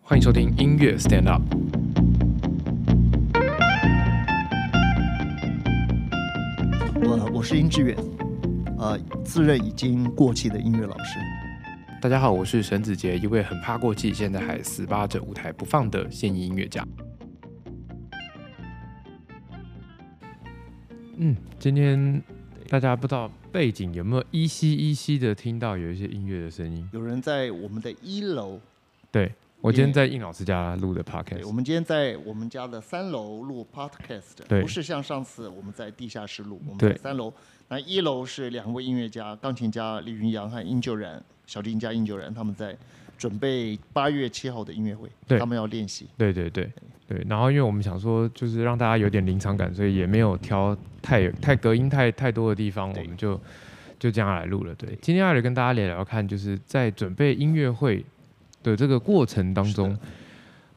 欢迎收听音乐 Stand Up。呃，我是殷志远，呃，自认已经过气的音乐老师。大家好，我是沈子杰，一位很怕过气，现在还死扒着舞台不放的现役音乐家。嗯，今天大家不知道背景有没有依稀依稀的听到有一些音乐的声音？有人在我们的一楼，对我今耶天在应老师家录的对，我 podcast，们今天在我们家的三楼录 podcast，对不是像上次我们在地下室录，我们对在三楼。那一楼是两位音乐家，钢琴家李云阳和殷九然，小提琴家殷九然，他们在准备八月七号的音乐会，对他们要练习。对对对对。然后因为我们想说，就是让大家有点临场感，所以也没有挑太太隔音太太多的地方，对我们就就这样来录了。对，今天要来跟大家聊聊看，就是在准备音乐会的这个过程当是中的，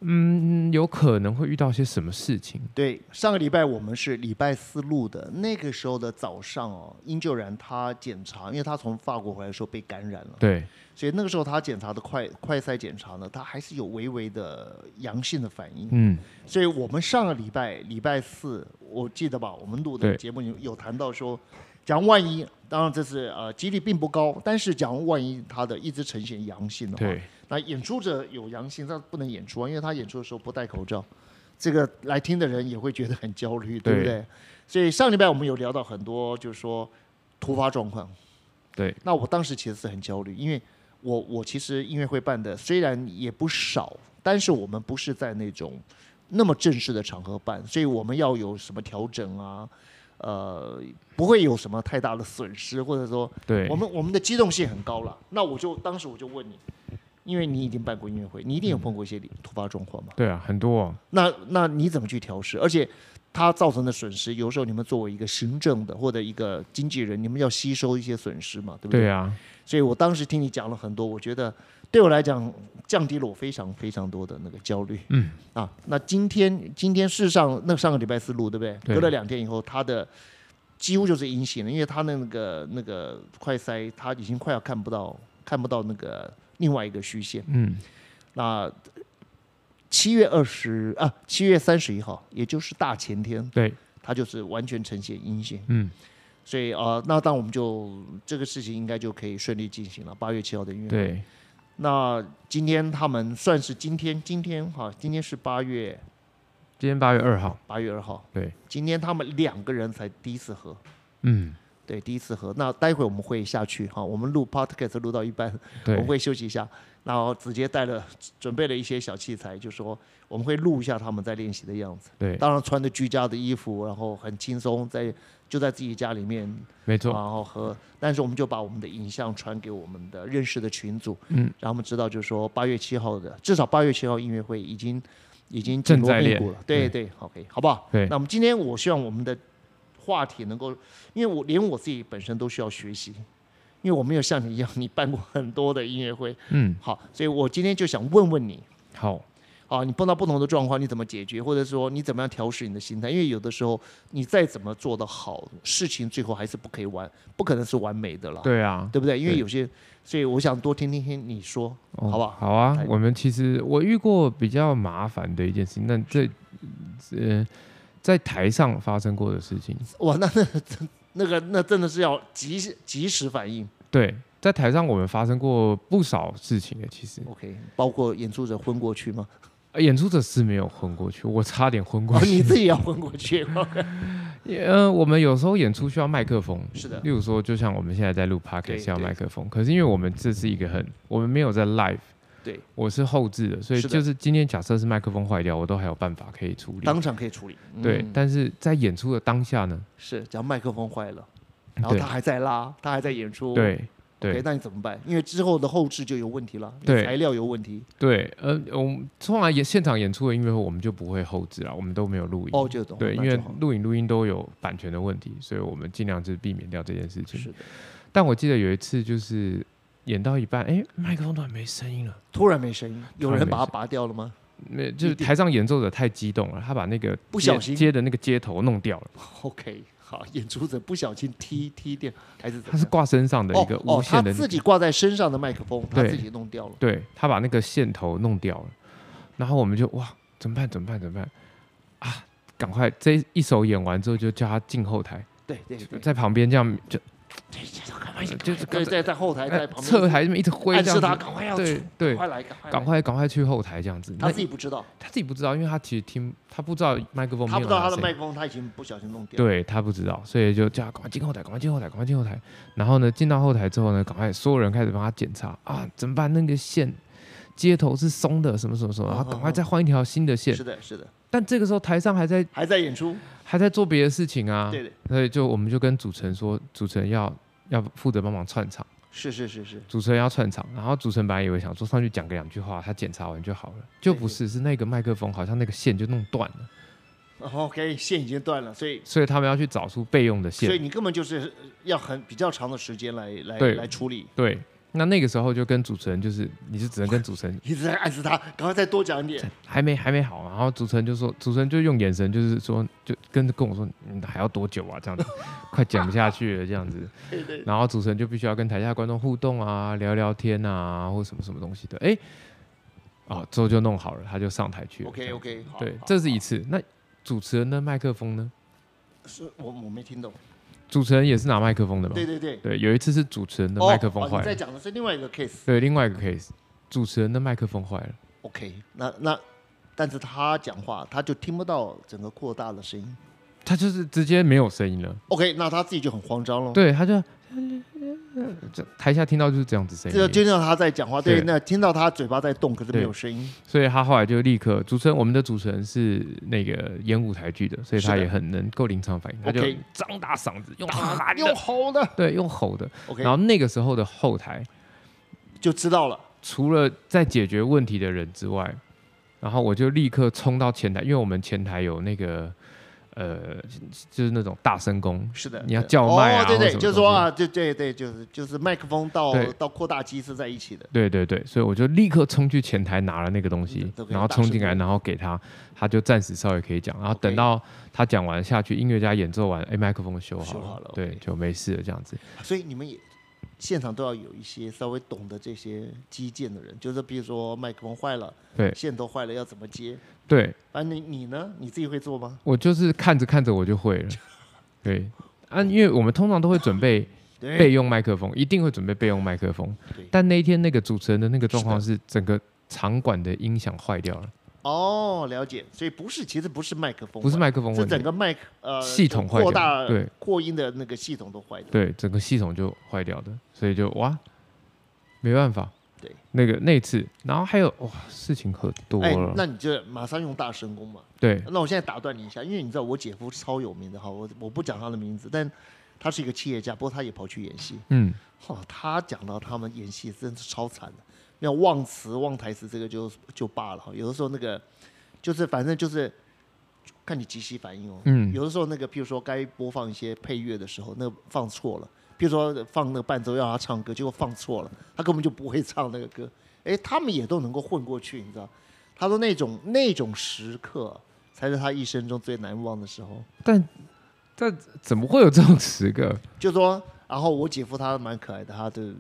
嗯，有可能会遇到些什么事情？对，上个礼拜我们是礼拜四录的，那个时候的早上哦，殷九然他检查，因为他从法国回来的时候被感染了。对所以那个时候他检查的快快筛检查呢，他还是有微微的阳性的反应。嗯，所以我们上个礼拜礼拜四，我记得吧，我们录的对节目有有谈到说，讲万一，当然这是呃几率并不高，但是讲万一他的一直呈现阳性的话，对那演出者有阳性，但不能演出啊，因为他演出的时候不戴口罩，这个来听的人也会觉得很焦虑，对不对对？所以上礼拜我们有聊到很多，就是说突发状况。对，那我当时其实是很焦虑，因为我我其实音乐会办的虽然也不少，但是我们不是在那种那么正式的场合办，所以我们要有什么调整啊，呃，不会有什么太大的损失，或者说对我们我们的机动性很高了。那我就当时我就问你，因为你已经办过音乐会，你一定有碰过一些突发状况嘛？对啊，很多、哦。那那你怎么去调试？而且它造成的损失，有时候你们作为一个行政的或者一个经纪人，你们要吸收一些损失嘛，对不对啊，所以我当时听你讲了很多，我觉得对我来讲降低了我非常非常多的那个焦虑。嗯啊，那今天今天事实上，那上个礼拜四录对不对？对隔了两天以后，他的几乎就是阴性了，因为他那个那个快筛，他已经快要看不到看不到那个另外一个虚线。嗯，那七月二十啊，七月三十一号，也就是大前天，对，他就是完全呈现阴性。嗯，所以啊、呃那当我们就这个事情应该就可以顺利进行了。八月七号的音乐会，对。那今天他们算是今天，今天哈，今天是八月今天八月二号，八月二号，对，今天他们两个人才第一次合，嗯，对，第一次合。那待会我们会下去哈，我们录 podcast 录到一半，我对们，会休息一下，然后直接带了准备了一些小器材，就说我们会录一下他们在练习的样子。对，当然穿着居家的衣服，然后很轻松，在就在自己家里面没错，然后和，但是我们就把我们的影像传给我们的认识的群组，嗯，让他们知道，就是说八月七号的，至少八月七号音乐会已经已经紧正锣在密练鼓了，对对，OK，好不好？对那我们今天我希望我们的话题能够，因为我连我自己本身都需要学习，因为我没有像你一样，你办过很多的音乐会，嗯，好，所以我今天就想问问你， 好，啊，你碰到不同的状况，你怎么解决，或者说你怎么样调试你的心态？因为有的时候你再怎么做得好，事情最后还是不可以完，不可能是完美的了，对啊，对不对？因为对有些，所以我想多听听听你说，哦好不哎好？好啊来，我们其实我遇过比较麻烦的一件事情，但这呃，在台上发生过的事情，哇，那那那个那真的是要及时及时反应对，在台上我们发生过不少事情的，其实，OK，包括演出者昏过去吗？呃演出者是没有昏过去，我差点昏过哦，你去， 自己要昏过去呃，我们有时候演出需要麦克风，是的例如说，就像我们现在在录对 podcast 需要对麦克风，可是因为我们这是一个很，我们没有在 live，对，我是后置的，所以是的就是今天假设是麦克风坏掉，我都还有办法可以处理。当场可以处理。嗯对，但是在演出的当下呢，是，只要麦克风坏了，然后对他还在拉，他还在演出，对 OK，对那你怎么办？因为之后的后置就有问题了，对材料有问题，对，呃，我们通常演现场演出的音乐会，我们就不会后置了，我们都没有录哦，音。就懂。对，因那为嗯就好录影录音都有版权的问题，所以我们尽量是避免掉这件事是情。的，但我记得有一次就是演到一半，哎，麦克风突然没声音了。突然没声音，有突然人没把它声拔掉了吗？ 那就是一定台上演奏者太激动了，他把那个不接小心接的那个接头弄掉了， OK，好，演出者不小心踢踢掉还是怎嗯他么是样？挂身上的一个哦无哦，他线的那个，自己挂在身上的麦克风，他对自己弄掉了。对他把那个线头弄掉了，然后我们就哇，怎么办？怎么办？怎么办？啊，赶快这一首演完之后，就叫他进后台，对对对，在旁边这样就就是哎呃对在在后台在旁边侧台这么一直挥，暗这示样子，他赶快要对出对赶快来，赶快来赶，快赶快去后台这样子。他那自己不知道，他自己不知道，因为他其实听他不知道麦克风，他不知道他的麦克风他已经不小心弄掉了。对他不知道，所以就叫他赶快进后台，赶快进后台，赶快进后台。然后呢，进到后台之后呢，赶快所有人开始帮他检查啊，怎么办？那个线接头是松的，什么什么什么，嗯然后嗯赶快再换一条新的线是。的，是的，但这个时候台上还在还在演出，还在做别的事情啊，对的，所以就我们就跟主持人说，主持人要要负责帮忙串场，是是是是，主持人要串场。然后主持人本来以为想说上去讲个两句话，他检查完就好了，就不是，是那个麦克风好像那个线就弄断了，然后 OK，线已经断了，所以所以他们要去找出备用的线所以。你根本就是要很比较长的时间来来对来处理，对，那那个时候就跟主持人就是，你就只能跟主持人一直在暗示他，赶快再多讲一点，还没还没好嘛，然后主持人就说，主持人就用眼神就是说，就跟跟我说，嗯，还要多久啊？这样子， 快讲不下去了这样子。 对对，然后主持人就必须要跟台下观众互动啊，聊聊天啊，或什么什么东西的。哎，哦，之后就弄好了，他就上台去了。 OK OK，好，对好，这是一好次。那主持人的麦克风呢？是我我没听懂，主持人也是拿麦克风的嘛？对对对，对，有一次是主持人的哦麦克风哦坏你在了。讲的是另外一个 case，对，另外一个 case，主持人的麦克风坏了。 OK，那那，但是他讲话他就听不到整个扩大的声音。他就是直接没有声音了。 OK，那他自己就很慌张了。对，他就这台下听到就是这样子声这就音，听到他在讲话，对，对那听到他嘴巴在动，可是没有声音，所以他后来就立刻主持人，我们的主持人是那个演舞台剧的，所以是他的也很能够临场反应，他就 OK 张大嗓子用喊 又的，吼的对，用吼的。 ，OK，然后那个时候的后台，就知道了。除了在解决问题的人之外，然后我就立刻冲到前台，因为我们前台有那个呃，就是那种大声公，是的，你要对叫卖啊哦，或对者对什，么就是东说西啊，对对对，就是就是麦克风到对到扩大机是在一起的，对对对，所以我就立刻冲去前台拿了那个东西嗯，都给然他后大冲声进来，读然后给他，他就暂时稍微可以讲，然后等 OK 哦到他讲完下去，音乐家演奏完，哎，麦克风修好修了，好了对， ，OK 就没事了这样子。所以你们也现场都要有一些稍微懂得这些基建的人，就是比如说麦克风坏了，对线都坏了要怎么接？对啊，你你呢？你自己会做吗？我就是看着看着我就会 了，对，啊，因为我们通常都会准备对备用麦克风，一定会准备备用麦克风哎对，但那一天那个主持人的那个状是况的是整个场馆的音响坏掉了，哦，了解，所以不是，其实不是麦克风坏，不是麦克风是问整题，个麦克呃系统坏扩掉大对扩音的那个系统都坏掉。对，整个系统就坏掉的，所以就哇，没办法。对，那个那次，然后还有哇，事情可多哎了。，那你就马上用大声功嘛。对那我现在打断你一下，因为你知道我姐夫超有名的哈，我我不讲他的名字，但他是一个企业家，不过他也跑去演戏。嗯，哦，他讲到他们演戏真是超惨的，要忘词忘台词这个就就罢了哈，哦有的时候那个就是反正就是看你即时反应哦。嗯有的时候那个，譬如说该播放一些配乐的时候，那放错了，譬如说放那个伴奏要他唱歌，结果放错了，他根本就不会唱那个歌。哎，他们也都能够混过去，你知道？他说那种那种时刻才是他一生中最难忘的时候。但但怎么会有这种十个？就说，然后我姐夫他蛮可爱的，他的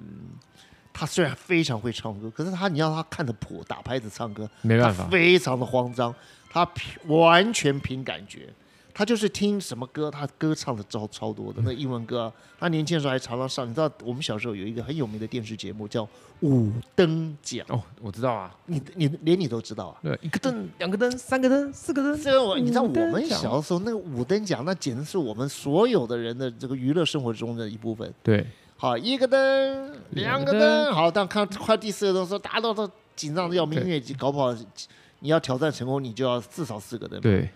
他虽然非常会唱歌，可是他你要他看着谱打拍子唱歌，没办他法，非常的慌张，他凭完全凭感觉，他就是听什么歌，他歌唱的超超多的，那英文歌啊、他年轻的时候还常常上，你知道我们小时候有一个很有名的电视节目叫《五灯奖》，哦，我知道啊， 你你连你都知道啊。对，一个灯，两个灯，三个灯，四个灯，这个我你知道，五我灯们奖小的时候那个五灯奖，那简直是我们所有的人的这个娱乐生活中的一部分。对，好，一个灯，两两个个灯，好，但看到快第四个灯的时候，大家都都紧张的要命，对因为搞不好你要挑战成功，你就要至少四个灯。对，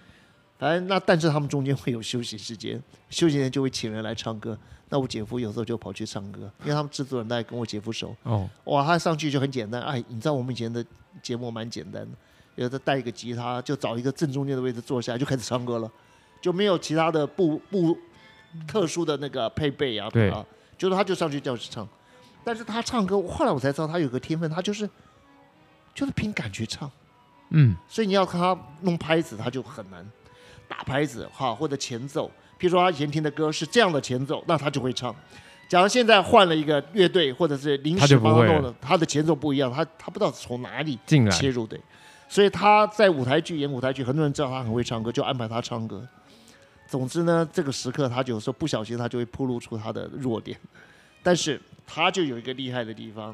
反正那但是他们中间会有休息时间，休息时间就会请人来唱歌。那我姐夫有时候就跑去唱歌，因为他们制作人在跟我姐夫熟，哦，哇，他上去就很简单。哎，你知道我们以前的节目蛮简单的，有的带一个吉他，就找一个正中间的位置坐下来就开始唱歌了，就没有其他的不不特殊的那个配备啊，对啊，就是他就上去这样去唱。但是他唱歌，我后来我才知道他有个天分，他就是就是凭感觉唱，嗯，所以你要看他弄拍子，他就很难打拍子哈，或者前奏。譬如说他以前听的歌是这样的前奏，那他就会唱。假如现在换了一个乐队，或者是临他时就不帮他会弄了的，他的前奏不一样，他他不知道从哪里进来，切入对，所以他在舞台剧演舞台剧，很多人知道他很会唱歌，就安排他唱歌。总之呢，这个时刻他有时候不小心，他就会暴露出他的弱点，但是他就有一个厉害的地方，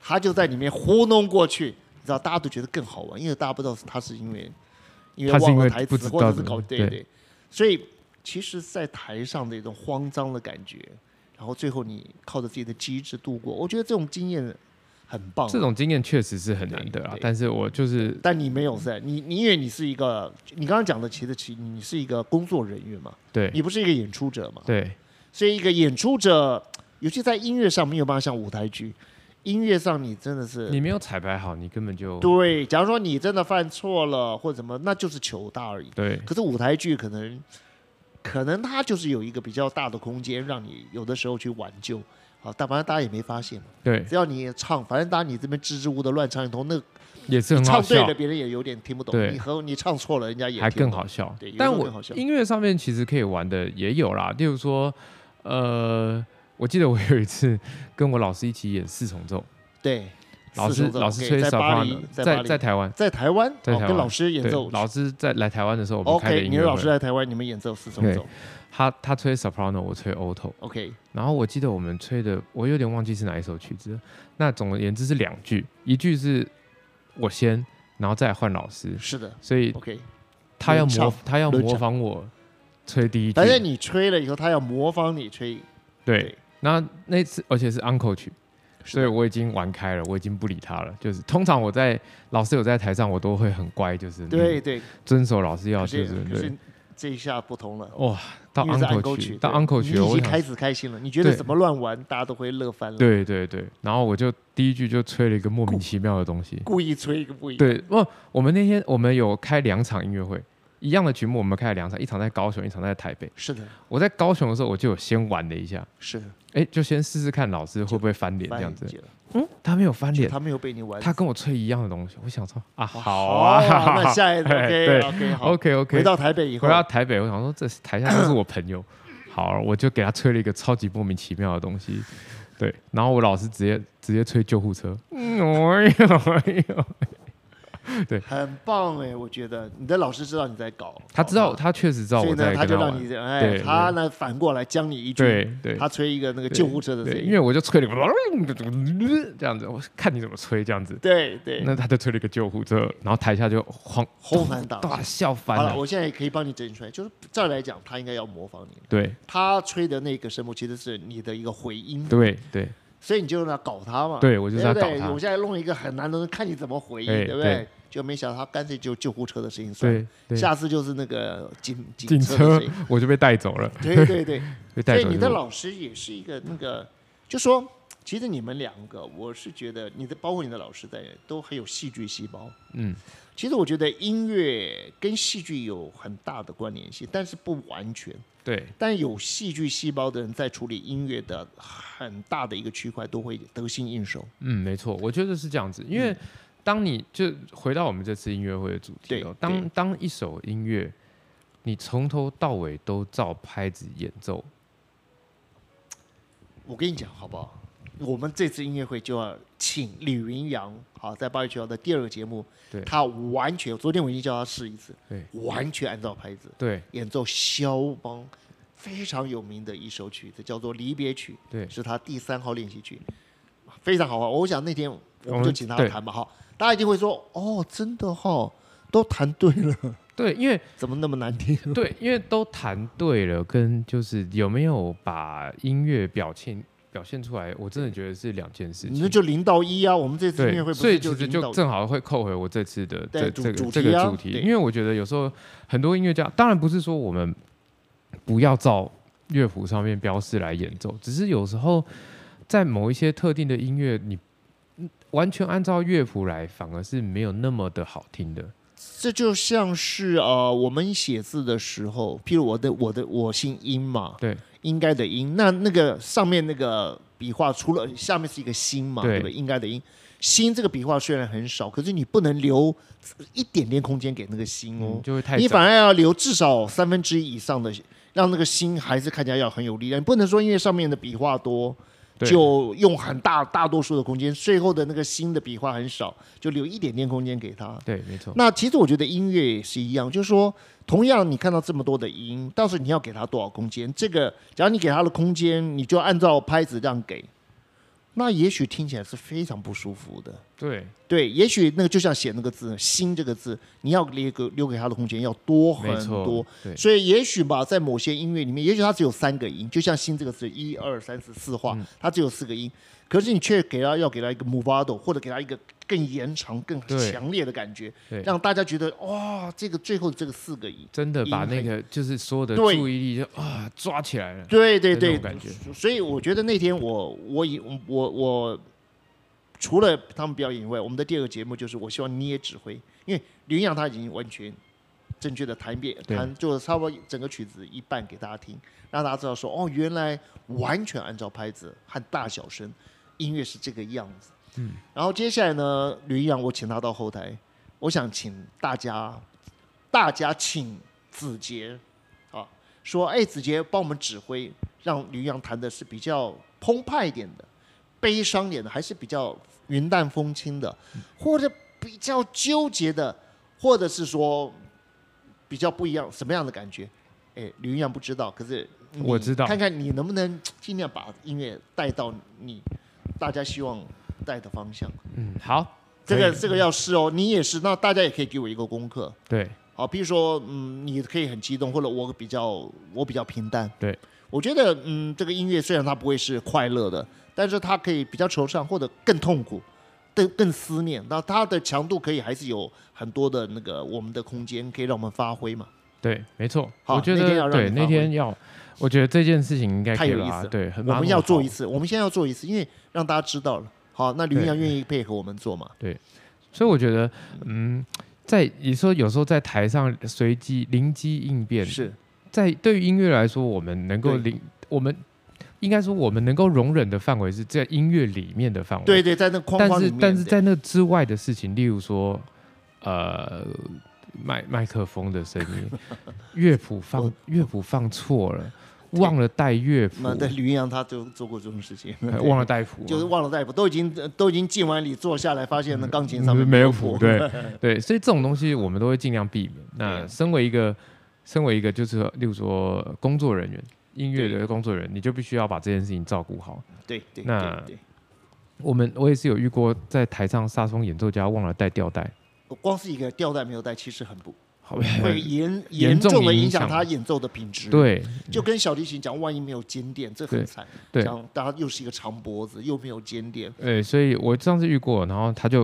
他就在里面糊弄过去，你知道，大家都觉得更好玩，因为大家不知道他是因为因为他是忘因了为台不词，知或道者怎是么搞对对对，所以其实，在台上的一种慌张的感觉，然后最后你靠着自己的机智度过，我觉得这种经验很棒。这种经验确实是很难得啊哦对。对但是我就是但你没有在，你你因为你是一个，你刚刚讲的，其实其你是一个工作人员嘛，对你不是一个演出者嘛，对所以一个演出者，尤其在音乐上没有办法像舞台剧，音乐上你真的你是没有彩排好，你根本就对。假如说你真的犯错了或怎么，那就是糗大而已。对可是舞台剧可能，可能它就是有一个比较大的空间，让你有的时候去挽救。好，但反正大家也没发现嘛，对，只要你唱，反正大家你这边支支吾吾的乱唱一通，那个也是很好唱对笑了，，别人也有点听不懂；对你和你唱错了，人家也还听更不懂好。笑对有。时但候我更好笑音乐上面其实可以玩的也有啦，例如说，呃，我记得我有一次跟我老师一起演四重奏，对，老四师重奏老师 OK，吹在小巴帕黎，在巴在黎，在台湾，在台湾，在哦台湾跟老师演对奏。老师在来台湾的时候，我们开的 OK，音你的乐老师会，在台湾，你们演奏四重对奏。他他吹 soprano，我吹 alto， OK，然后我记得我们吹的，我有点忘记是哪一首曲子了。那总而言之是两句，一句是我先，然后再换老师，是的。所以 OK，他要哦轮唱模他要轮模唱仿我吹第一句反，正你吹了以后，他要模仿你吹。对。那那次而且是 uncle 曲，是所以我已经玩开了，我已经不理他了。就是通常我在老师有在台上，我都会很乖，就是对嗯对，遵守老师要可就是是可对。是这一下不同了。哇，到因为是 uncle 曲曲，，到 uncle 对曲，你已我经想开始开心了。你觉得对怎么乱玩，大家都会乐翻了。，对对对，然后我就第一句就吹了一个莫名其妙的东西。故意吹一个不一样。对，不，我们那天我们有开两场音乐会，一样的曲目，我们开了两场，一场在高雄，一场在台北。是的，我在高雄的时候，我就有先玩了一下，是的，哎，就先试试看老师会不会翻脸这翻样脸子。姐了嗯，他没有翻就脸，他没有被你玩。他跟我吹一样的东西，我想说啊，哇好啊， 那下一个哎对 OK OK 好。 OK OK，回到台北以后回，到台北，我想说这是台下都是我朋 友，好，我就给他吹了一个超级莫名其妙的东西，对，然后我老师直接直接吹救护车，嗯，哎呦哎呦，很棒哎，我觉得你的老师知道你在搞，他知道，搞他确实知道所以我呢，在他跟就让玩，你哎，对他呢反过来将你一句，对对他吹一个那个对救护车的声对，因音，为我就吹了一个 这样子，我看你怎么吹这样子，对对，那他就吹了一个救护车，然后台下就慌轰然 大大笑。笑翻啊好了，了，我现在也可以帮你整理出来，就是照理来讲，他应该要模仿你，对他吹的那个声部其实是你的一个回音，对对所以你就让他搞他嘛，对，我就是对要不搞对？他我，现在弄一个很难的，看你怎么回应，哎对不对对？就没想到他干脆就救护车的声音算了，对对，下次就是那个警警警车的车声音，我就被带走了，对对对。被所带以走你的就。老师也是一个那个，就说其实你们两个，我是觉得你的包括你的老师在内，都很有戏剧细胞。嗯，其实我觉得音乐跟戏剧有很大的关联性，但是不完全。对但有戏剧细胞的人在处理音乐的很大的一个区块都会得心应手。嗯，没错，我觉得是这样子，因嗯为当你就回到我们这次音乐会的主题哦对，当对当一首音乐，你从头到尾都照拍子演奏，我跟你讲好不好？我们这次音乐会就要请李云阳，好，在八月九号的第二个节目对，他完全，昨天我已经叫他试一次对，完全按照拍子。对演奏肖邦非常有名的一首曲子，叫做《离别曲对》，，是他第三号练习曲，非常好玩。我想那天我们就请他对弹吧，哈，大家一定会说，哦，真的哈、都弹对了，对，因 为怎么那么难听？对，因为都弹对了，跟就是有没有把音乐表现表现出来，我真的觉得是两件事那情。就零到一啊，我们这次音乐对，会不所以是其实零就到一？正好会扣回我这次的对这主这个主这题个啊主题，对因为我觉得有时候很多音乐家，当然不是说我们不要照乐谱上面标示来演奏，只是有时候在某一些特定的音乐，你嗯完全按照乐谱来，反而是没有那么的好听的。这就像是呃，我们写字的时候，譬如我的我的我姓殷嘛，对，应该的应，那那个上面那个笔画除了下面是一个心嘛，对对不对？应该的应，心这个笔画虽然很少，可是你不能留一点点空间给那个心哦嗯，，就会太你窄反而要留至少三分之一以上的，让那个心还是看起来要很有力量。你不能说因为上面的笔画多，对就用很大大多数的空间，最后的那个新的笔画很少，就留一点点空间给他。对，没错，那其实我觉得音乐也是一样，就是说，同样你看到这么多的音，但是你要给它多少空间？这个，只要你给它的空间，你就按照拍子这样给，那也许听起来是非常不舒服的。对，对，也许那个就像写那个字“心”这个字，你要留给留给他的空间要多很没多错。，对，所以也许吧，在某些音乐里面，也许它只有三个音，就像“心”这个字，一二三四四嗯画，它只有四个音，可是你却给他要给他一个 movado，或者给他一个更延长、更对强烈的感觉对，让大家觉得哇，这个最后这个四个音。真的把音那很个就是所有的对注意力就啊抓起来了，对对的那对种，感觉，所以我觉得那天我我以我我除了他们表演以外，我们的第二个节目就是我希望你也指挥，因为林阳他已经完全正确的弹一遍，对弹就是差不多整个曲子一半给大家听，让大家知道说哦，原来完全按照拍子和大小声音乐是这个样子。嗯，然后接下来呢，吕一阳我请他到后台，我想请大家，大家请子杰啊，说哎，子杰帮我们指挥，让吕一阳弹的是比较澎湃一点的，悲伤一点的，还是比较云淡风轻的，嗯或者比较纠结的，或者是说比较不一样什么样的感觉？哎，吕一阳不知道，可是你我知道看看你能不能尽量把音乐带到你大家希望带的方向。嗯，好，这可个以这个要试哦，你也是，那大家也可以给我一个功课。对好，比如说，嗯，你可以很激动，或者我比较我比较平淡。对，我觉得，嗯，这个音乐虽然它不会是快乐的，但是它可以比较惆怅，或者更痛苦，更更思念。那它的强度可以还是有很多的那个我们的空间，可以让我们发挥嘛。对，没错，好我觉那天要得让对你那发挥天要，我觉得这件事情应该太可以有意把它思了对，很我们要做一次，次，我们现在要做一次，因为让大家知道了。好，那吕对阳愿意配合我们做嘛？所以我觉得，嗯，在你说有时候在台上随机灵机应变，是，在对于音乐来说，我们能够对灵，我们应该说我们能够容忍的范围是在音乐里面的范围，对对，在那个框但框里是面。但是对在那之外的事情，例如说，呃，麦麦克风的声 音，乐谱放我乐谱放错了，对忘了带乐谱，妈的， 吕阳他就做过这种 事情， 呃忘了带谱嘛，就是忘了带谱，都已经呃都已经敬完礼坐下来，发现那钢琴上嗯面没有谱谱，。 对对，所以这种东西我们都会尽量避免。那身为一个身为一个就是例如说工作人员，音乐的工作人员，你就必须要把这件事情照顾好。对对那对对，我们我也是有遇过在台上萨松演奏家忘了带吊带，我光是一个吊带没有带，其实很不好会严严重重的影影响他演奏的品质。，对就跟小提琴讲，万一没有尖垫，这很对惨。对，讲大家又是一个长脖子，又没有尖垫，对，所以我上次遇过，然后他就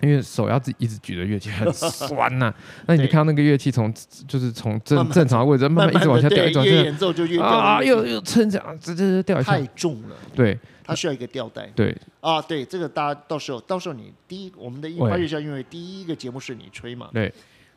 因为手要自己一直举着乐器，很酸呐、那你就对看到那个乐器从就是从正慢慢正常的位置慢慢一慢直往下的掉，一对直往越下演奏就越掉掉得啊，越又又撑着，啊这这这掉一下太，重了，对它需要一个吊带对啊。对，这个大家到时候到时候你第一我们的喂音乐校音乐第一个节目是你吹嘛，对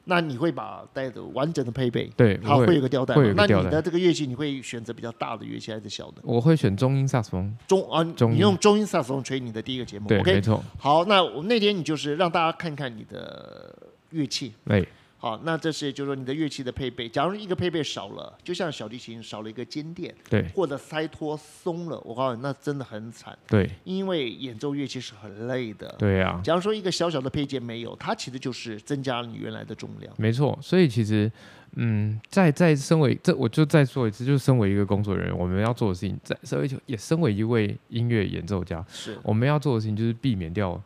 那你会把带着完整的配备。对，它我会有个吊带会嘛有？个那吊你带的这个乐器，你会选择比较大的乐器还是小的？我会选中音萨克斯风，中啊，中你音用中音萨克斯风吹你的第一个节目对，没，OK？错，好，那我们那天你就是让大家看看你的乐器。哎，好，那这是就是说你的乐器的配备。假如一个配备少了，就像小提琴少了一个尖垫，对或者塞托松了，我告诉你，那真的很惨，对因为演奏乐器是很累的。对啊，假如说一个小小的配件没有，它其实就是增加了你原来的重量。没错，所以其实，嗯，在在身为这，我就再说一次，就是身为一个工作人员，我们要做的事情，在身为也身为一位音乐演奏家，是我们要做的事情就是避免掉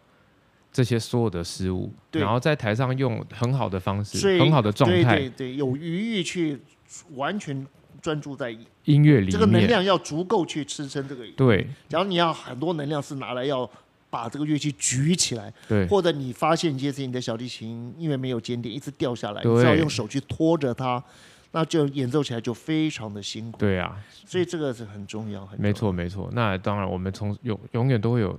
这些所有的失误，对然后在台上用很好的方所以式、很好的状对对态，对，有余裕去完全专注在音乐里这个能面，量要足够去支撑这个对假如你要很多能量是拿来要把这个乐器举起来，对或者你发现一件事情，你的小提琴因为没有尖顶，一直掉下来，对你只好用手去拖着它，那就演奏起来就非常的辛苦。对啊，所以这个是很重要，很重要没，错没错。那当然，我们从永永远都会有，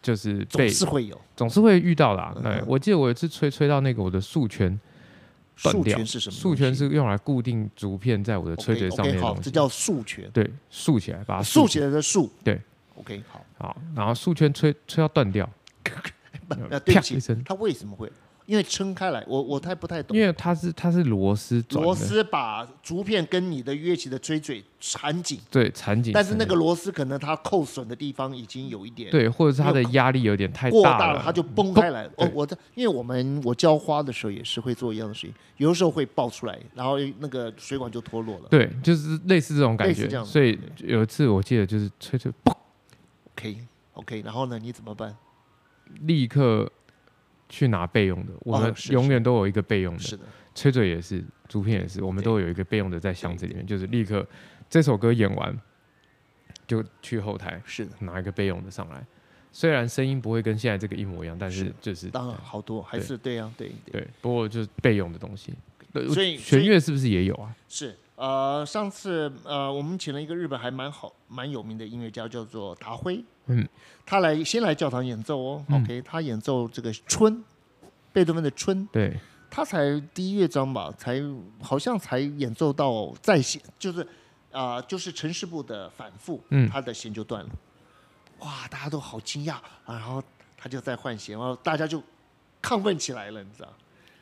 就是总被是会有。总是会遇到的、啊。嗯那我记得我有一次吹吹到那个我的竖拳，断束掉权是什么东西？竖拳是用来固定竹片在我的吹嘴上面 OK，的 OK，好，东这西。叫束权，对，竖起来，把它竖竖起来的束。对，OK，好。好，然后竖圈吹吹到断掉，不，呃，对啪不一起声，它为什么会？因为撑开来，我我太不太懂因。为它是它是螺丝转的螺丝把竹片跟你的乐器的吹嘴缠紧，对缠紧，但是那缠紧个螺丝可能它扣损的地方已经有一点对，或者是它的压力有点太过大大了，它就崩开来了。对哦，我在，因为我们我浇花的时候也是会做一样的事情，有的时候会爆出来，然后那个水管就脱落了。对，就是类似这种感类似觉这。样子所以有一次我记得就是吹 吹，砰， OK OK，然后呢，你怎么办？立刻去拿备用的。我们哦是永远都有一个备用的，是的，吹嘴也是，竹片也是，我们对都有一个备用的在箱子里面，就是立刻这首歌演完就去后台是的，拿一个备用的上来。虽然声音不会跟现在这个一模一样，但是是就是当然好多还是对啊，对对对，不过就是备用的东西。对所以所弦以乐是不是也有啊？是。呃，上次呃，我们请了一个日本还蛮好、蛮有名的音乐家，叫做达辉。嗯，他来先来教堂演奏哦。嗯 OK，他演奏这个《春》，贝多芬的《春》。对，他才第一乐章吧，才好像才演奏到在弦，就是啊、就是城市部的反复，嗯他的弦就断了，哇，大家都好惊讶，啊然后他就在换弦，然后大家就亢奋起来了，你知道？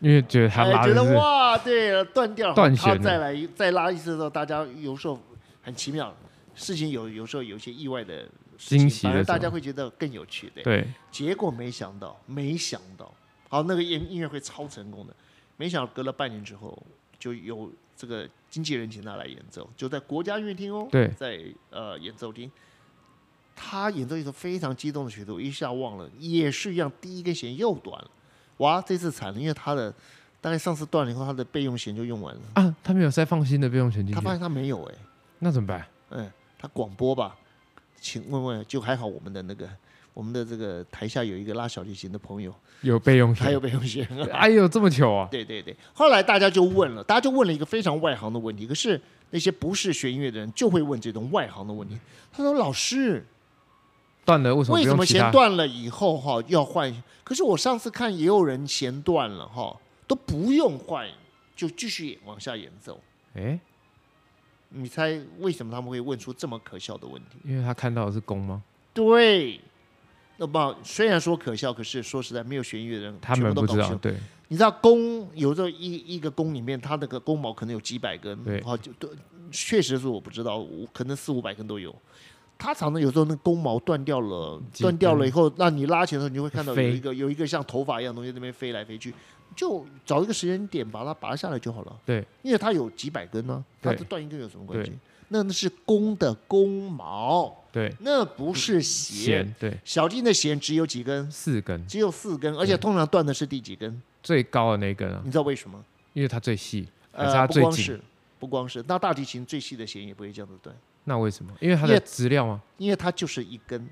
因为觉得他哎拉觉的得是哇，对，呃断掉，断弦他了再来再拉一次的时候，大家有时候很奇妙，事情有有时候有一些意外的事情惊喜的反时而候大家会觉得更有趣，对。对，结果没想到，没想到，好，那个音音乐会超成功的，没想到隔了半年之后，就有这个经纪人请他来演奏，就在国家音乐厅哦，对在呃演奏厅，他演奏一首非常激动的曲子，我一下忘了，也是一样，第一根弦又断了，哇，这次惨了，因为他的大概上次断了以后，他的备用弦就用完了，啊，他们有塞放新的备用弦进他去发，现他没有哎、那怎么办？嗯，他广播吧，请问问，就还好我们的那个。我们的这个台下有一个拉小提琴的朋友，有备用还弦有，备用弦。哎呦，这么糗啊！对对对，后来大家就问了，大家就问了一个非常外行的问题，可是那些不是学音乐的人就会问这种外行的问题。他说：“老师，断了为什么为不什用么其弦他？断了以后哈要换？可是我上次看也有人弦断了哈都不用换，就继续演往下演奏。哎，你猜为什么他们会问出这么可笑的问题？因为他看到的是弓吗？对，那么虽然说可笑，可是说实在，没有学音乐的人他全们部都不知搞道，清对你知道弓有时候一一个弓里面，它那个弓毛可能有几百根，对好就对，确实是我不知道，我可能四五百根都有。它常常有时候那弓毛断掉了，几根断掉了以后，那你拉琴的时候，你就会看到有飞一个有一个像头发一样的东西在那边飞来飞去，就找一个时间点把它拔下来就好了。对，因为它有几百根呢、它对这断一根有什么关系对？那那是弓的弓毛，对，那不是弦。嗯弦对小提琴的弦只有几根，四根只有四根，而且对通常断的是第几根？最高的那一根啊你，知道为什么？因为它最细，还是它呃，不最光紧？是不光是，那大提琴最细的弦也不会这样子断，那为什么？因为它因的啊为资料吗？因为它就是一根，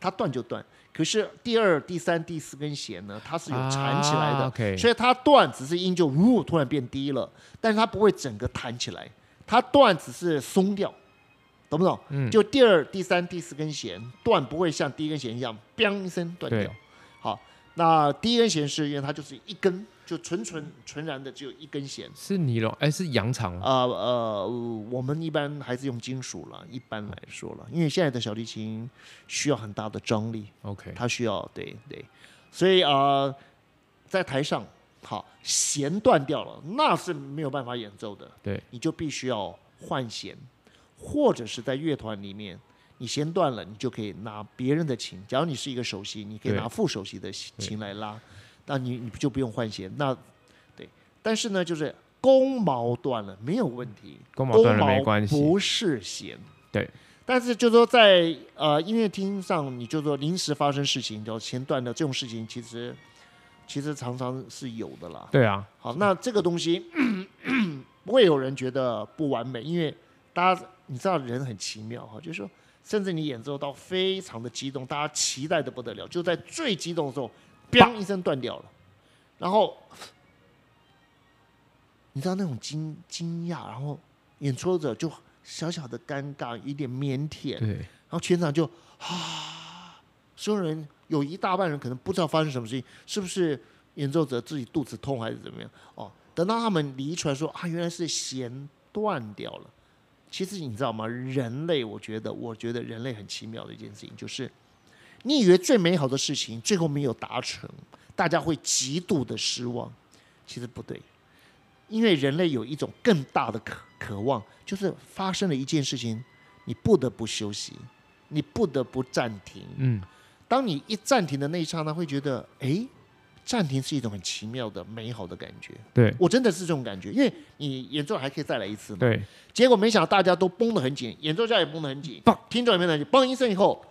它断就断。可是第二、第三、第四根弦呢，它是有缠起来的，啊 OK，所以它断只是音就呜突然变低了，但是它不会整个弹起来，它断只是松掉，懂不懂？嗯就第二、第三、第四根弦断不会像第一根弦一样“砰”一声断对掉。好，那第一根弦是因为它就是一根，就纯纯纯然的只有一根弦。是尼龙，哎，是羊肠吗？啊呃，我们一般还是用金属了，一般来说了，因为现在的小提琴需要很大的张力， OK，它需要对对，所以啊、呃在台上好弦断掉了，那是没有办法演奏的，对，你就必须要换弦，或者是在乐团里面。你弦断了，你就可以拿别人的琴。假如你是一个首席，你可以对拿副首席的琴来拉，那你你就不用换弦。那对，但是呢，就是弓毛断了没有问题，弓毛毛断了没关系不是弦。对，但是就说在呃音乐厅上，你就说临时发生事情，就弦断了这种事情，其实其实常常是有的啦。对啊，好，那这个东西 不会有人觉得不完美，因为大家你知道人很奇妙哈，就是说，甚至你演奏到非常的激动，大家期待的不得了，就在最激动的时候，砰一声断掉了，然后你知道那种惊惊讶，然后演出者就小小的尴尬，有点腼腆，对，然后全场就啊，所有人有一大半人可能不知道发生什么事情，是不是演奏者自己肚子痛还是怎么样？哦，等到他们离出来说啊，原来是弦断掉了。其实你知道吗？人类，我觉得，我觉得人类很奇妙的一件事情，就是你以为最美好的事情最后没有达成，大家会极度的失望，其实不对，因为人类有一种更大的渴渴望，就是发生了一件事情，你不得不休息，你不得不暂停。嗯，当你一暂停的那一刹那，会觉得，哎，暂停是一种很奇妙的、美好的感觉。对我真的是这种感觉，因为你演奏还可以再来一次嘛。对，结果没想到大家都绷得很紧，演奏家也绷得很紧棒，听众也绷得很紧。嘣一声以后，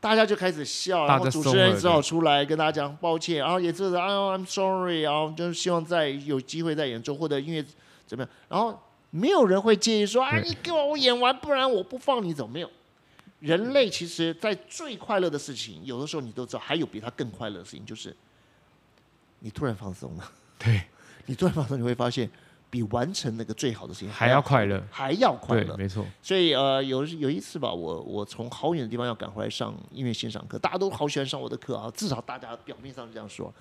大家就开始笑，大然家后主松持人了只好出来跟大家讲抱歉，然后也就是哎呦 I'm sorry，然后就是希望再有机会再演奏或者音乐怎么样，然后没有人会介意说啊对你给我我演完，不然我不放你走没有。人类其实，在最快乐的事情，有的时候你都知道，还有比它更快乐的事情，就是你突然放松了。对，你突然放松，你会发现，比完成那个最好的事情还要快乐，还要快对，乐。没错，所以呃，有有一次吧，我我从好远的地方要赶回来上音乐欣赏课，大家都好喜欢上我的课啊，至少大家表面上是这样说，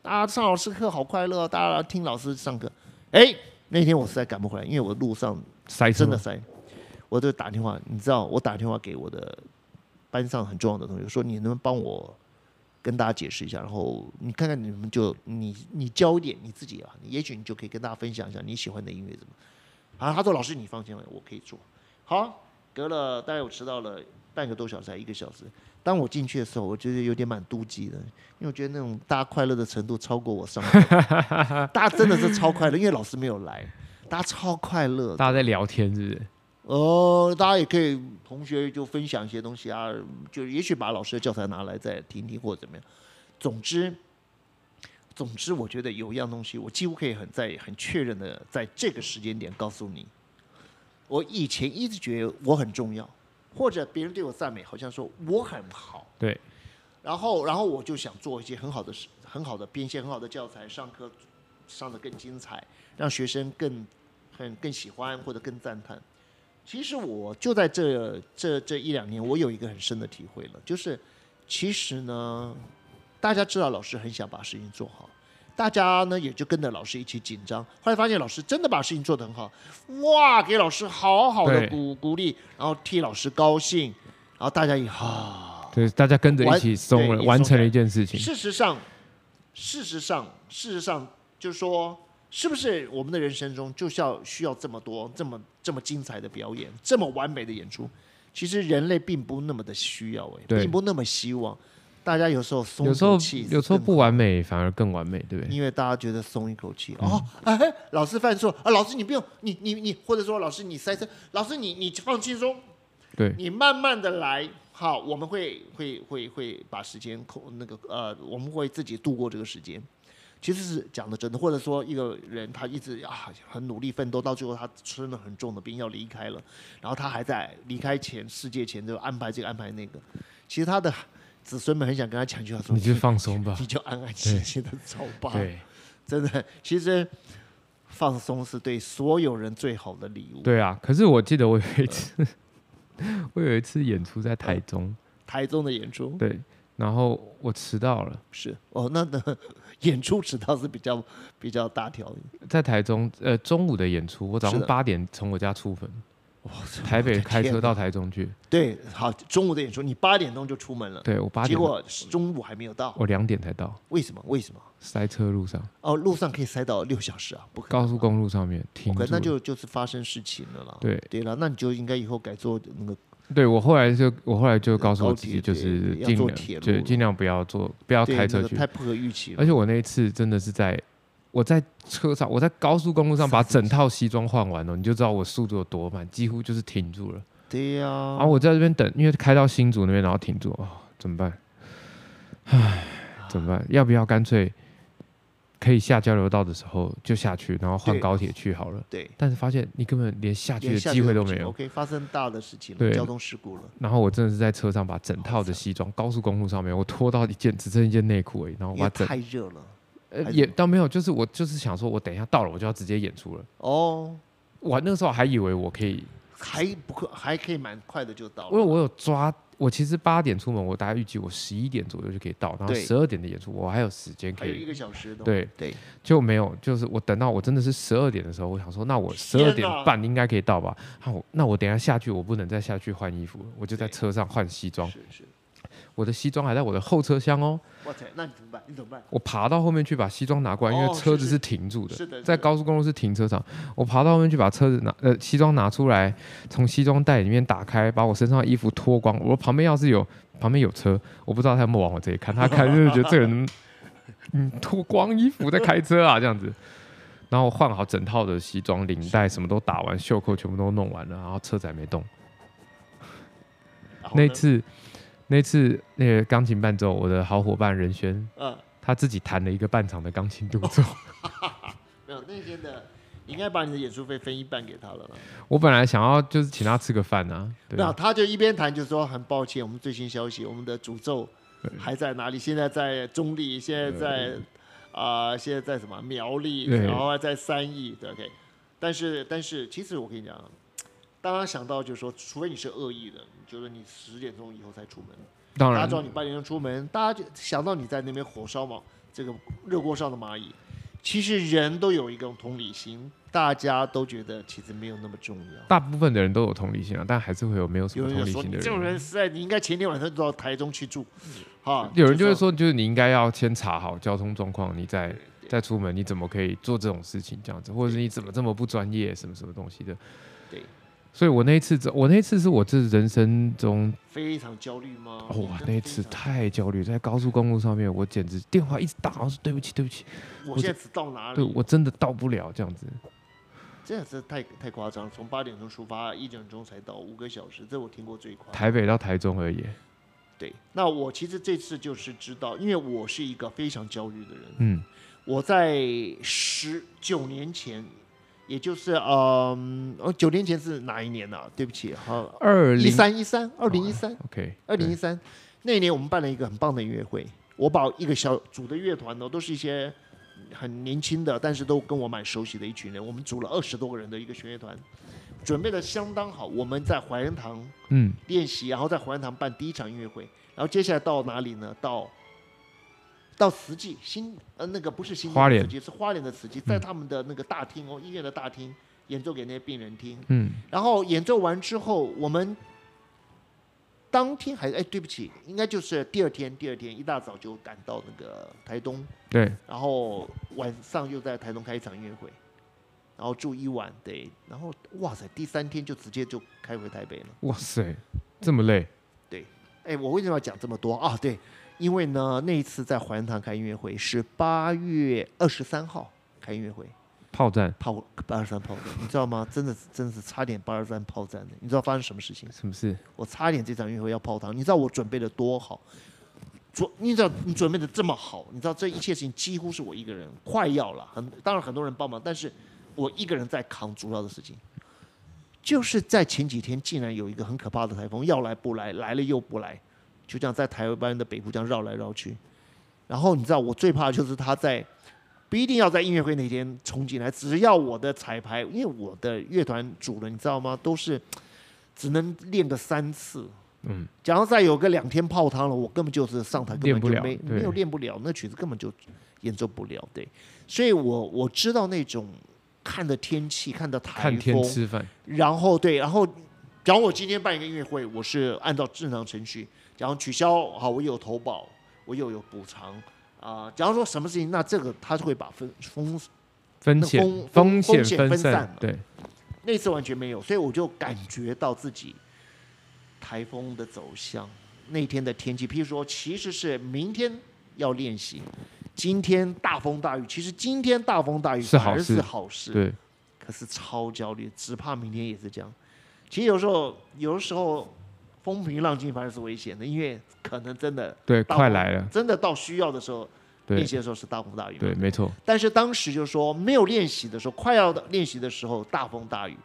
大家上老师课好快乐，大家听老师上课。哎，那天我实在赶不回来，因为我路上塞车真的塞，我就打电话，你知道，我打电话给我的班上很重要的同学，说你能不能帮我跟大家解释一下，然后你看看你们就你你教一点你自己啊，也许你就可以跟大家分享一下你喜欢的音乐怎么。啊，他说老师你放心了，我可以做。好，隔了大概我迟到了半个多小时还一个小时。当我进去的时候，我觉得有点蛮妒忌的，因为我觉得那种大家快乐的程度超过我上课，大家真的是超快乐，因为老师没有来，大家超快乐的，大家在聊天是不是？哦，大家也可以同学就分享一些东西啊，就也许把老师的教材拿来再听听或者怎么样。总之，总之，我觉得有一样东西，我几乎可以很在很确认的在这个时间点告诉你，我以前一直觉得我很重要，或者别人对我赞美，好像说我很好，对，然后然后我就想做一些很好的事，很好的编写很好的教材，上课上的更精彩，让学生更很更喜欢或者更赞叹。其实我就在这这这一两年，我有一个很深的体会了，就是其实呢，大家知道老师很想把事情做好，大家呢也就跟着老师一起紧张。后来发现老师真的把事情做得很好，哇，给老师好好的对鼓鼓励，然后替老师高兴，然后大家也啊。对，大家跟着一完起松对了，也完松成了开一件事情，事实上，事实上，事实上，就是说，是不是我们的人生中就是要需要这么多、这么这么精彩的表演、这么完美的演出？其实人类并不那么的需要、哎，对并不那么希望。大家有时候松有时候口气，有时候不完美反而更完美，对不对？因为大家觉得松一口气嗯哦，哎，老师犯错啊，老师你不用，你你你，或者说老师你塞车，老师你你放轻松，对你慢慢的来，好，我们会会会会把时间控那个呃，我们会自己度过这个时间。其实是讲的真的，或者说一个人他一直啊很努力奋斗，到最后他生了很重的病要离开了，然后他还在离开前世界前就安排这个安排那个，其实他的子孙们很想跟他讲一句话说，你就放松吧你，就安安心心的走吧。对真的，其实放松是对所有人最好的礼物。，对啊。可是我记得我有一次， 我有一次演出在台中，台中的演出对，然后我迟到了，是哦，那那演出迟到是比较比较大条的。在台中呃中午的演出，我早是上的八点从我家出门，哇，台北开天车哪到台中去，对，好，中午的演出，你八点钟就出门了，对我八结点，果中午还没有到，我两点才到，为什么？为什么？塞车路上，哦，路上可以塞到六小时啊，不可能高速公路上面停住，OK，了，那就就是发生事情了啦。对对了，那你就应该以后改做那个对我后来就我后来就告诉我高自己，铁就是对要尽坐量铁路对了尽量不要坐，不要对开那车个去。太不合预期了而。且我那一次真的是在我在车上，我在高速公路上把整套西装换完了，你就知道我速度有多慢，几乎就是停住了。对呀，然啊后我在这边等，因为开到新竹那边，然后停住，哦，怎么办？唉，怎么办？要不要干脆可以下交流道的时候就下去，然后换对高铁去好了？对。但是发现你根本连下去连的下机去会都都不没行哦有。 OK，发生大的事情了，对哦交通事故了。然后我真的是在车上把整套的西装，高速公路上面，我脱到一件只剩一件内裤而已，然后我因把为整太热了。呃还是也什么倒没有，就是我就是想说，我等一下到了我就要直接演出了。哦，我那个时候还以为我可以，还不可，还可以蛮快的就到因为了。我有抓，我其实八点出门，我大概预计我十一点左右就可以到，然后对十二点的演出我还有时间可还有一以，个小时的。对，对，就没有，就是我等到我真的是十二点的时候，我想说，那我十二天点哪半应该可以到吧？那我那我等一下下去，我不能再下去换衣服了，我就在对车上换西装，是是，我的西装还在我的后车厢哦，哇塞，那你怎么办？你怎么办？我爬到后面去把西装拿过来，因为哦车子是是停住的，是的，在是的高速公路是停车场，我爬到后面去把车子拿呃西装拿出来，从西装袋里面打开，把我身上的衣服脱光。我旁边要是有旁边有车，我不知道他有没有往我这里看，他看就是觉得这个人嗯脱光衣服在开车啊这样子。然后我换好整套的西装、领带什么都打完，袖扣全部都弄完了，然后车子还没动。然后那呢次那次那个钢琴伴奏，我的好伙伴任轩嗯，他自己弹了一个半场的钢琴独 奏。没有那天的，你应该把你的演出费分一半给他了啦。我本来想要就是请他吃个饭啊，对那他就一边谈就说很抱歉，我们最新消息，我们的诅咒还在哪里？现在在中立，现在在啊、现在在什么苗栗，对然后还在三义对，OK。但是但是，其实我跟你讲，当他想到就是说，除非你是恶意的，你觉得你十点钟以后才出门，当大家然知道你八点钟出门，大家就想到你在那边火烧嘛，这个热锅上的蚂蚁。其实人都有一种同理心，大家都觉得其实没有那么重要。大部分的人都有同理心啊，但还是会有没有什有么人同就理说心你的这种人实在，你应该前天晚上就到台中去住，哈。嗯有人就会是说，就是你应该要先查好交通状况，你再再出门，你怎么可以做这种事情这样子，或者是你怎么这么不专业，什么什么东西的。对，所以我那一次，我那一次是我这人生中，非常焦虑吗？哦哇，真的那一次非常太焦虑，在高速公路上面，我简直电话一直打，我说对不起，对不起，我现在只到哪对里？我真的到不了这样子。真的是太太夸张，从八点钟出发，一点钟才到，五个小时，这我听过最夸张。台北到台中而已，对，那我其实这次就是知道，因为我是一个非常焦虑的人，嗯，我在十九年前，也就是嗯，呃，九年前是哪一年呢、啊？对不起，好，二一零三一三，二零一三， ，OK，二零一对三那一年，我们办了一个很棒的音乐会。我把一个小组的乐团呢，都是一些很年轻的，但是都跟我蛮熟悉的一群人。我们组了二十多个人的一个弦乐团，准备的相当好。我们在怀仁堂嗯，练习，然后在怀仁堂办第一场音乐会，然后接下来到哪里呢？到到慈济新呃那个不是新花莲嗯慈济是花莲的慈济，在他们的那个大厅哦，医院的大厅演奏给那些病人听。嗯，然后演奏完之后，我们当天还哎，对不起，应该就是第二天，第二天一大早就赶到那个台东，对，然后晚上又在台东开一场音乐会，然后住一晚，对，然后哇塞，第三天就直接就开回台北了。哇塞，这么累，哎，我为什么要讲这么多啊？对，因为呢，那一次在环堂开音乐会是八月二十三号开音乐会，炮战炮八二三炮战，你知道吗？真的是真的是差点八二三炮战的，你知道发生什么事情？是不是？我差点这场音乐会要泡汤。你知道我准备的多好，准你知道你准备的这么好，你知道这一切事情几乎是我一个人，快要了，很当然很多人帮忙，但是我一个人在扛主要的事情。就是在前几天，竟然有一个很可怕的台风，要来不来，来了又不来，就这样在台湾的北部这样绕来绕去。然后你知道我最怕的就是他在不一定要在音乐会那天冲进来，只要我的彩排，因为我的乐团主人你知道吗，都是只能练个三次。嗯，假如再有个两天泡汤了，我根本就是上台根练本不就了没对没有练不了，那曲子根本就演奏不了。对，所以我我知道那种看的天气、看的台看天风、吃饭，然后对，然后假如我今天办一个音乐会，我是按照正常程序，假如取消，好，我有投保，我又有补偿啊、假如说什么事情，那这个他就会把风风风那险风风风险风险分分散散了，对，那次完全没有，所以我就感觉到自己台风的走向，那天的天气，譬如说其实是明天要练习，今天大风大雨，其实今天大风大雨是反好而事是好事，对，可是超焦虑，只怕明天也是这样。其实有时候，有时候风平浪静反而是危险的，因为可能真的对，大快风来了，真的到需要的时候，对练习的时候是大风大雨嘛。对，没错，但是当时就说没有练习的时候，快要练习的时候大风大雨。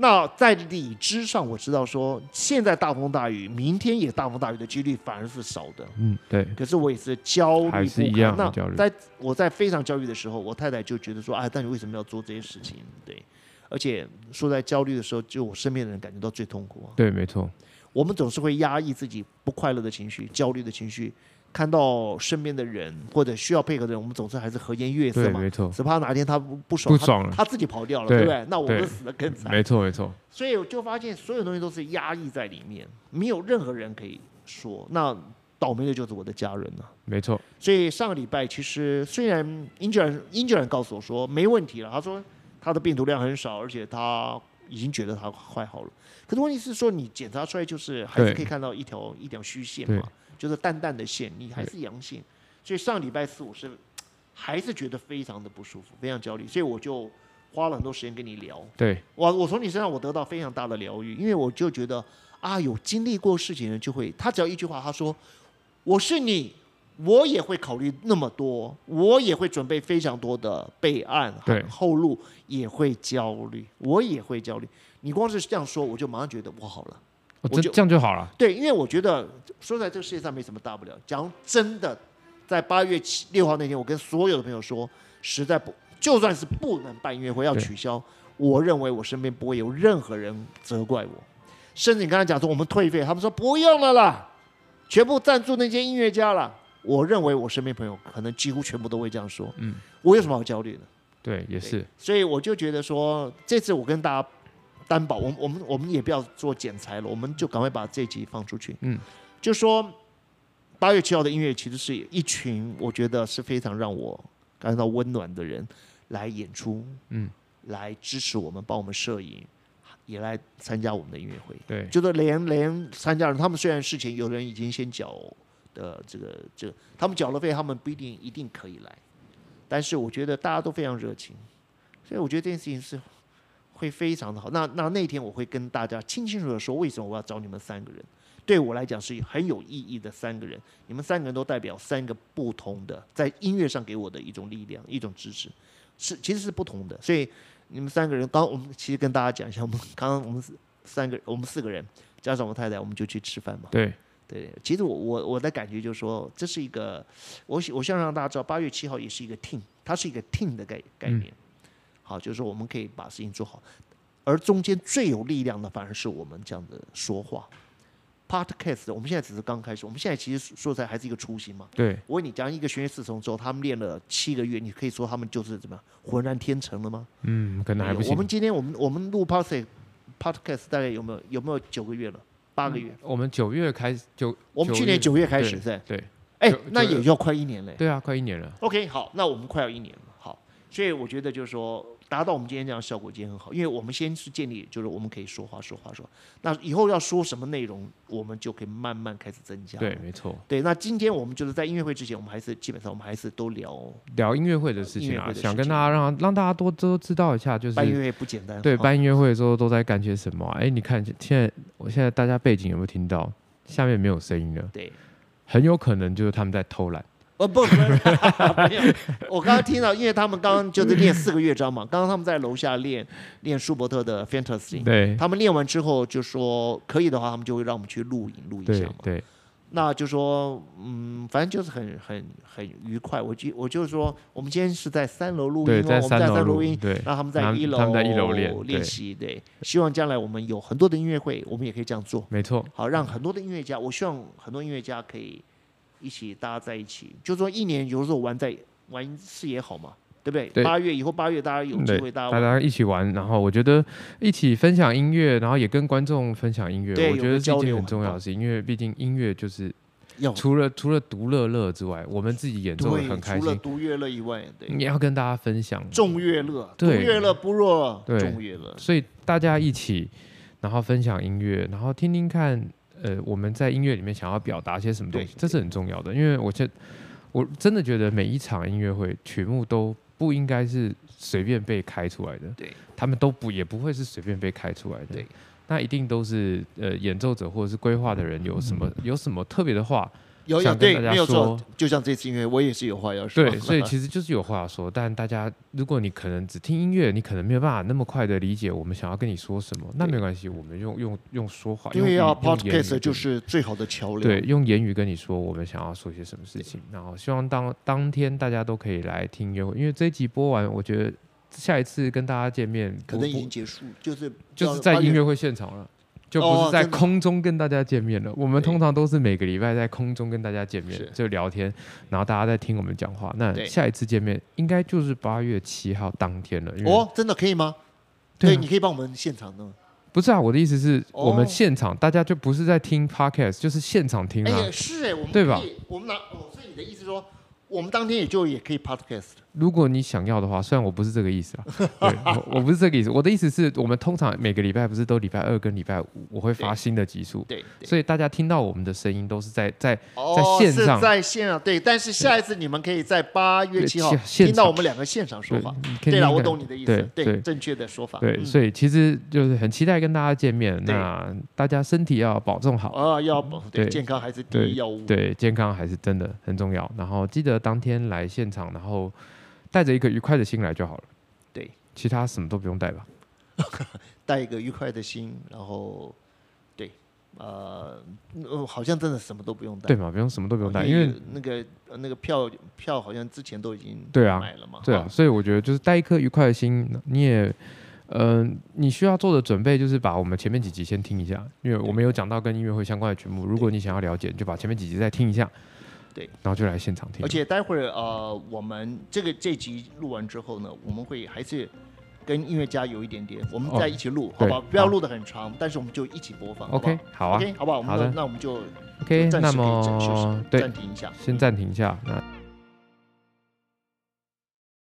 那在理智上，我知道说现在大风大雨，明天也大风大雨的几率反而是少的。嗯，对，可是我也是焦虑还是不一堪样的那焦虑在我在非常焦虑的时候，我太太就觉得说：“啊，但你为什么要做这些事情？”对，而且说在焦虑的时候，就我身边的人感觉到最痛苦啊。对，没错，我们总是会压抑自己不快乐的情绪、焦虑的情绪，看到身边的人或者需要配合的人，我们总是还是和颜悦色对，嘛。没错，只怕哪天他不不爽，不爽了他，他自己跑掉了，对对不对？那我对们死的更惨。没错，没错，所以我就发现所有东西都是压抑在里面，没有任何人可以说。那倒霉的就是我的家人了、没错，所以上个礼拜，其实虽然英格兰英格兰告诉我说没问题了，他说他的病毒量很少，而且他已经觉得他快好了。可是问题是说，你检查出来就是还是对可以看到一条一条虚线对嘛，就是淡淡的线，你还是阳性。所以上礼拜四我是还是觉得非常的不舒服，非常焦虑，所以我就花了很多时间跟你聊。对，我我从你身上我得到非常大的疗愈，因为我就觉得啊，有经历过事情的人就会，他只要一句话，他说我是你，我也会考虑那么多，我也会准备非常多的备案对后路，也会焦虑，我也会焦虑。你光是这样说，我就马上觉得我好了。哦、我这就这样就好了。对，因为我觉得说实在这个世界上没什么大不了。讲真的，在八月七六号那天，我跟所有的朋友说，实在不，就算是不能办音乐会要对取消，我认为我身边不会有任何人责怪我。甚至你刚才讲说我们退费，他们说不用了啦，全部赞助那些音乐家了。我认为我身边朋友可能几乎全部都会这样说。嗯，我有什么好焦虑的？对，也是，所以我就觉得说，这次我跟大家担保，我们我们我们也不要做剪裁了，我们就赶快把这集放出去。嗯，就说八月七号的音乐其实是一群我觉得是非常让我感到温暖的人来演出，嗯，来支持我们，帮我们摄影，也来参加我们的音乐会。对，就是连连参加人，他们虽然事情有人已经先缴的这个这个，他们缴了费，他们不一定一定可以来，但是我觉得大家都非常热情，所以我觉得这件事情是会非常的好。那那那天我会跟大家清清楚楚说，为什么我要找你们三个人。对我来讲是很有意义的三个人，你们三个人都代表三个不同的，在音乐上给我的一种力量、一种支持，是其实是不同的。所以你们三个人，刚刚我们其实跟大家讲一下，我们刚刚我们三个，我们四个人加上我太太，我们就去吃饭嘛。对，对，其实我我我的感觉就是说，这是一个，我希我希望让大家知道，八月七号也是一个 team，它是一个 team 的概概嗯念。好，就是说我们可以把事情做好，而中间最有力量的反而是我们这样的说话。Podcast，我们现在只是刚开始，我们现在其实说实在还是一个初心嘛。对，我问你，讲一个学员四重之后，他们练了七个月，你可以说他们就是怎么样浑然天成了吗？嗯，可能还不我行。们今天我们我们录 podcast podcast 大概有没有有没有九个月了？八个月。我们九月开始，九，我们去年嗯九九月开始在，对，哎九，那九也要快一年嘞。对啊，快一年了， OK，好，那我们快要一年了。好，所以我觉得就是说，达到我们今天这样的效果，今天很好，因为我们先是建立，就是我们可以说话说话说话，那以后要说什么内容，我们就可以慢慢开始增加。对，没错。对，那今天我们就是在音乐会之前，我们还是基本上我们还是都聊聊音乐会的事音情乐会啊，的事想跟情大家让让大家多多知道一下，就办音是乐会不简单。对好办音乐会的时候都在干些什么啊、哎、你看现在，我现在大家背景有没有听到？下面没有声音了，对，很有可能就是他们在偷懒。呃，不，不是 没有。 我刚刚听到，因为他们刚刚就是练四个乐章嘛，刚刚他们在楼下练练舒伯特的 Fantasy，对，他们练完之后就说可以的话，他们就会让我们去录影录一下对嘛。对那就说，嗯，反正就是很很很愉快。我就我就是说，我们今天是在三楼录音对，哦，在我们在三楼录录音，对那他们他在们一楼，他们在一楼练对习，对。希望将来我们有很多的音乐会，我们也可以这样做。没错，好，让很多的音乐家，我希望很多音乐家可以一起大家在一起，就说一年有时候玩在玩一次也好嘛，对不对？对八月以后八月大家有机会对，大大家玩。家一起玩，然后我觉得一起分享音乐，然后也跟观众分享音乐，我对有觉个得是交一件流很很重要的棒事，情，因为毕竟音乐就是要除了除了独乐乐之外，我们自己演奏的对，很开除了心，独乐乐以外，对，你要跟大家分享，众乐乐，独对乐乐不若对众乐乐，所以大家一起，然后分享音乐，然后听听看，呃，我们在音乐里面想要表达些什么东西对，这是很重要的。因为我觉我真的觉得每一场音乐会曲目都不应该是随便被开出来的，对，他们都不也不会是随便被开出来的，对，那一定都是呃演奏者或者是规划的人有什嗯么、有什么特别的话，有有想跟对，大家没有错说。就像这次音乐，我也是有话要说。对，所以其实就是有话说，但大家如果你可能只听音乐，你可能没有办法那么快的理解我们想要跟你说什么，那对没关系，我们用用用说话， 因为要用语用言语 podcast 就是最好的桥梁。对，用言语跟你说我们想要说些什么事情，然后希望当当天大家都可以来听音乐会，因为这一集播完，我觉得下一次跟大家见面可不能已不经结束，就是就是在音乐会现场了。就不哦是在真的空中跟大家见面了。我们对通常都是每个礼拜在空中跟大家见面是，就聊天，然后大家在听我们讲话。那对下一次见面应该就是八月七号当天了。因为哦，真的可以吗？对对，啊你可以帮我们现场的吗？不是啊，我的意思是哦我们现场大家就不是在听 podcast，就是现场听哎、啊。也是哎、我们对吧可以？我们拿，哦，所以你的意思说，我们当天也就也可以 podcast 如果你想要的话，虽然我不是这个意思 啊，对我我不是这个意思，我的意思是我们通常每个礼拜不是都礼拜二跟礼拜五我会发新的集数，对。对，所以大家听到我们的声音都是在在哦，线上是在线上对，但是下一次你们可以在八月对七号现现听到场我们两个现场说对话。，你可以对了，听我看懂你的意对思，对对，正确的说法。对，嗯所以其实就是很期待跟大家见面。对那大家身体要保重好，啊，要保对对健康还是第对一要务。对，健康还是真的很重要。然后记得当天来现场，然后带着一个愉快的心来就好了。对，其他什么都不用带吧。带一个愉快的心，然后对，呃，呃好像真的什么都不用带，对嘛，不用什么都不用带，哦因为那个那个票票好像之前都已经对啊买了嘛，对啊，所以我觉得就是带一颗愉快的心，你也。嗯、你需要做的准备就是把我们前面几集先听一下，因为我们有讲到跟音乐会相关的曲目。如果你想要了解，你就把前面几集再听一下，对，然后就来现场听。而且待会儿呃，我们这个这集录完之后呢，我们会还是跟音乐家有一点点，我们哦再一起录，好对不好？不要好录的很长，但是我们就一起播放 OK，好啊 o k 好不好？我好们的就那我们就 OK，暂那时可以暂时么对，暂停一下，先暂停一下。那